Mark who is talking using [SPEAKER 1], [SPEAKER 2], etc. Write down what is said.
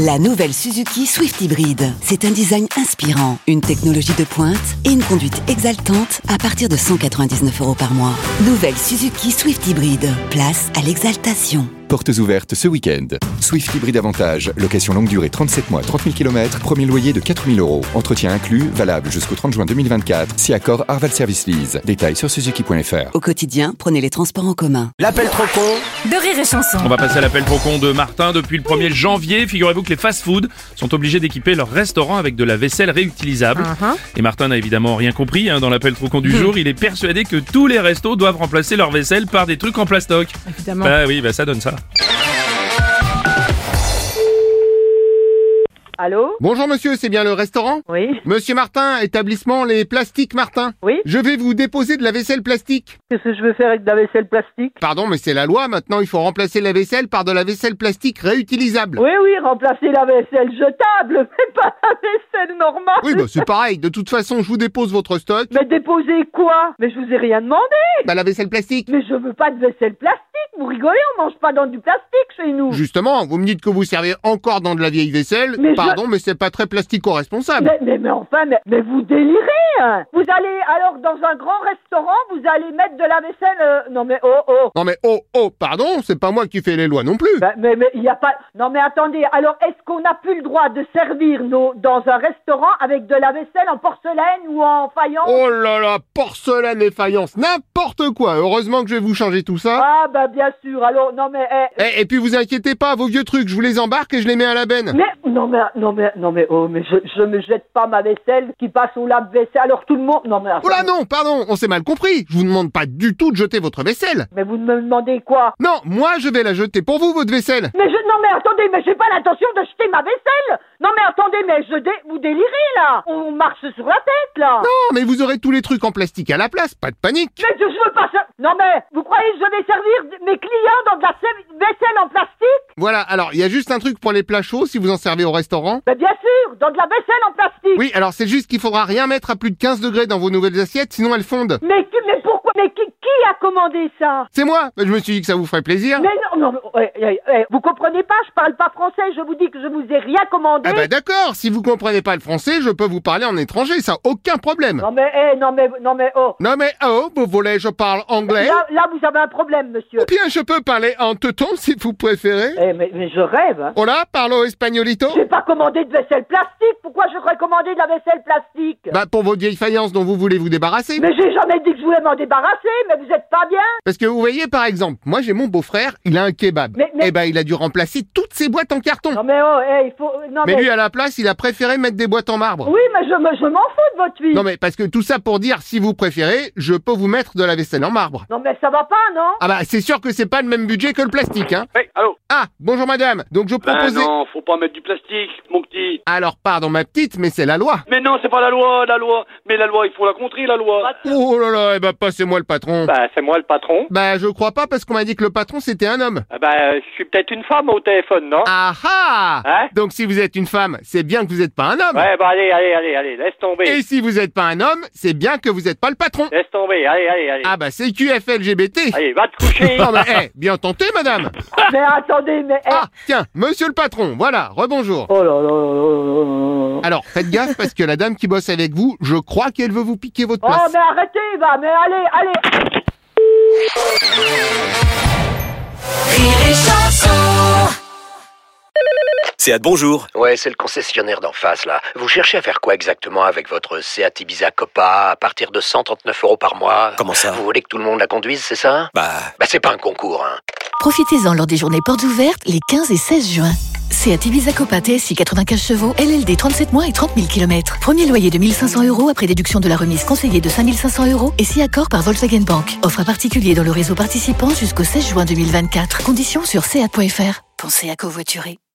[SPEAKER 1] La nouvelle Suzuki Swift Hybrid. C'est un design inspirant, une technologie de pointe et une conduite exaltante à partir de 199 euros par mois. Nouvelle Suzuki Swift Hybrid. Place à l'exaltation.
[SPEAKER 2] Portes ouvertes ce week-end. Swift Hybrid Avantage. Location longue durée 37 mois, 30 000 km. Premier loyer de 4 000 euros. Entretien inclus, valable jusqu'au 30 juin 2024. Si accord Arval Service Lease. Détails sur suzuki.fr.
[SPEAKER 1] Au quotidien, prenez les transports en commun.
[SPEAKER 3] L'appel trop con
[SPEAKER 4] de rire et chanson.
[SPEAKER 5] On va passer à l'appel trop con de Martin. Depuis le 1er janvier, figurez-vous que les fast-food sont obligés d'équiper leurs restaurants avec de la vaisselle réutilisable.
[SPEAKER 4] Uh-huh.
[SPEAKER 5] Et Martin n'a évidemment rien compris hein, dans l'appel trop con du jour. Il est persuadé que tous les restos doivent remplacer leur vaisselle par des trucs en plastoc.
[SPEAKER 4] Évidemment.
[SPEAKER 5] Bah oui, bah ça donne ça.
[SPEAKER 6] Allô
[SPEAKER 7] Bonjour monsieur, c'est bien le restaurant
[SPEAKER 6] Oui,
[SPEAKER 7] Monsieur Martin, établissement Les Plastiques Martin.
[SPEAKER 6] Oui.
[SPEAKER 7] Je vais vous déposer de la vaisselle plastique.
[SPEAKER 6] qu'est-ce que je veux faire avec de la vaisselle plastique
[SPEAKER 7] Pardon, mais c'est la loi, maintenant il faut remplacer la vaisselle par de la vaisselle plastique réutilisable.
[SPEAKER 6] Oui, oui, remplacer la vaisselle jetable, mais pas la vaisselle normale
[SPEAKER 7] Oui, bah c'est pareil, de toute façon je vous dépose votre stock.
[SPEAKER 6] Mais déposer quoi Mais je vous ai rien demandé
[SPEAKER 7] Bah la vaisselle plastique.
[SPEAKER 6] Mais je veux pas de vaisselle plastique, vous rigolez, on mange pas dans du plastique chez nous
[SPEAKER 7] Justement, vous me dites que vous servez encore dans de la vieille vaisselle.
[SPEAKER 6] Mais je-
[SPEAKER 7] Pardon, mais c'est pas très plastico-responsable.
[SPEAKER 6] mais, mais, mais enfin, mais, mais vous délirez hein. Vous allez, alors, dans un grand restaurant, vous allez mettre de la vaisselle... euh, Non mais, oh, oh
[SPEAKER 7] Non mais oh oh, pardon, c'est pas moi qui fais les lois non plus.
[SPEAKER 6] Ben, mais mais il y a pas. Non mais attendez. Alors est-ce qu'on n'a plus le droit de servir nos dans un restaurant avec de la vaisselle en porcelaine ou en faïence
[SPEAKER 7] Oh là là, porcelaine et faïence, n'importe quoi. Heureusement que je vais vous changer tout ça.
[SPEAKER 6] Ah bah bien sûr. Alors non mais eh,
[SPEAKER 7] Eh, Et, puis vous inquiétez pas, vos vieux trucs, je vous les embarque et je les mets à la benne.
[SPEAKER 6] mais non mais non mais non mais oh mais je je me jette pas ma vaisselle qui passe au lave-vaisselle. Alors tout le monde non mais
[SPEAKER 7] Oh là non, pardon, on s'est mal compris. Je vous demande pas du tout de jeter votre vaisselle.
[SPEAKER 6] mais vous me demandez quoi
[SPEAKER 7] Non, moi je vais la jeter pour vous, votre vaisselle.
[SPEAKER 6] Mais je non mais attendez mais j'ai pas l'intention de jeter ma vaisselle. Non mais attendez mais je dé... vous délirez là. On marche sur la tête là.
[SPEAKER 7] Non, mais vous aurez tous les trucs en plastique à la place, pas de panique.
[SPEAKER 6] Mais je, je veux pas ça. Non mais vous croyez que je vais servir mes clients dans de la se- vaisselle en plastique
[SPEAKER 7] Voilà, alors il y a juste un truc pour les plats chauds si vous en servez au restaurant.
[SPEAKER 6] Ben bien sûr, dans de la vaisselle en plastique.
[SPEAKER 7] Oui, alors c'est juste qu'il faudra rien mettre à plus de 15 degrés dans vos nouvelles assiettes, sinon elles fondent.
[SPEAKER 6] Mais, qui- mais pourquoi Mais qui, qui a commandé ça
[SPEAKER 7] C'est moi, Bah, je me suis dit que ça vous ferait plaisir.
[SPEAKER 6] Mais non, non, mais- ouais, ouais, ouais, vous comprenez pas Je parle pas français. Je vous dis que je vous ai rien commandé.
[SPEAKER 7] Ah bah d'accord, si vous comprenez pas le français, je peux vous parler en étranger, ça aucun problème.
[SPEAKER 6] non mais, eh, non mais, non mais, oh.
[SPEAKER 7] Non mais oh, vous voulez je parle anglais
[SPEAKER 6] Là, là, vous avez un problème, monsieur.
[SPEAKER 7] Ou bien je peux parler en teuton si vous préférez.
[SPEAKER 6] Eh, mais, mais je rêve. Hein.
[SPEAKER 7] Hola, parlo espagnolito
[SPEAKER 6] J'ai pas commandé de vaisselle plastique. Pourquoi je commandé de la vaisselle plastique
[SPEAKER 7] Bah pour vos vieilles faïences dont vous voulez vous débarrasser.
[SPEAKER 6] Mais j'ai jamais dit que je voulais m'en débarrasser. Mais vous êtes pas bien.
[SPEAKER 7] Parce que vous voyez par exemple, moi j'ai mon beau-frère, il a un kebab.
[SPEAKER 6] Mais- mais-
[SPEAKER 7] Eh ben il a dû remplacer toutes ses boîtes en carton.
[SPEAKER 6] Non mais oh, eh, il faut. Non mais.
[SPEAKER 7] mais lui à la place, il a préféré mettre des boîtes en marbre.
[SPEAKER 6] Oui, mais je, me- je m'en fous de votre vie.
[SPEAKER 7] Non mais parce que tout ça pour dire si vous préférez, je peux vous mettre de la vaisselle en marbre.
[SPEAKER 6] non mais ça va pas, non
[SPEAKER 7] Ah bah c'est sûr que c'est pas le même budget que le plastique hein.
[SPEAKER 8] Hey, allô
[SPEAKER 7] Ah, bonjour madame. Donc je
[SPEAKER 8] Ben
[SPEAKER 7] proposais
[SPEAKER 8] non, faut pas mettre du plastique, mon petit.
[SPEAKER 7] Alors pardon ma petite, mais c'est la loi.
[SPEAKER 8] Mais non, c'est pas la loi, la loi. Mais la loi, il faut la contrer, la loi.
[SPEAKER 7] Oh là là, eh ben passez-moi le patron.
[SPEAKER 8] Bah, c'est moi le patron.
[SPEAKER 7] Bah je crois pas parce qu'on m'a dit que le patron c'était un homme.
[SPEAKER 8] Ah Bah, je suis peut-être une femme au téléphone, non
[SPEAKER 7] Ah ah
[SPEAKER 8] Hein
[SPEAKER 7] Donc si vous êtes une femme, c'est bien que vous n'êtes pas un homme.
[SPEAKER 8] Ouais, bah allez, allez, allez, allez, laisse tomber.
[SPEAKER 7] Ah. Et si vous n'êtes pas un homme, c'est bien que vous n'êtes pas le patron.
[SPEAKER 8] Laisse tomber, allez, allez, allez.
[SPEAKER 7] Ah bah c'est QFLGBT.
[SPEAKER 8] Allez, va te coucher.
[SPEAKER 7] Non mais eh, bien tenté madame.
[SPEAKER 6] Mais attendez, mais. eh,
[SPEAKER 7] Ah tiens, monsieur le patron, voilà, rebonjour.
[SPEAKER 6] Oh là là là là là là là là.
[SPEAKER 7] Alors faites gaffe parce que la dame qui bosse avec vous, je crois qu'elle veut vous piquer votre
[SPEAKER 6] Oh,
[SPEAKER 7] place.
[SPEAKER 6] mais arrêtez, va, mais allez, allez
[SPEAKER 9] C'est à bonjour.
[SPEAKER 10] Ouais, c'est le concessionnaire d'en face, là. Vous cherchez à faire quoi exactement avec votre Seat Ibiza Copa à partir de 139 euros par mois
[SPEAKER 9] Comment ça
[SPEAKER 10] Vous voulez que tout le monde la conduise, c'est ça
[SPEAKER 9] Bah.
[SPEAKER 10] Bah, c'est pas un concours, hein.
[SPEAKER 11] Profitez-en lors des journées portes ouvertes les 15 et 16 juin. C'est à Ibiza Copa TSI 95 chevaux, LLD 37 mois et 30 000 km. Premier loyer de 1500 euros après déduction de la remise conseillée de 5500 euros et si accord par Volkswagen Bank. Offre à particulier dans le réseau participant jusqu'au 16 juin 2024. Conditions sur seat.fr. Pensez à covoiturer.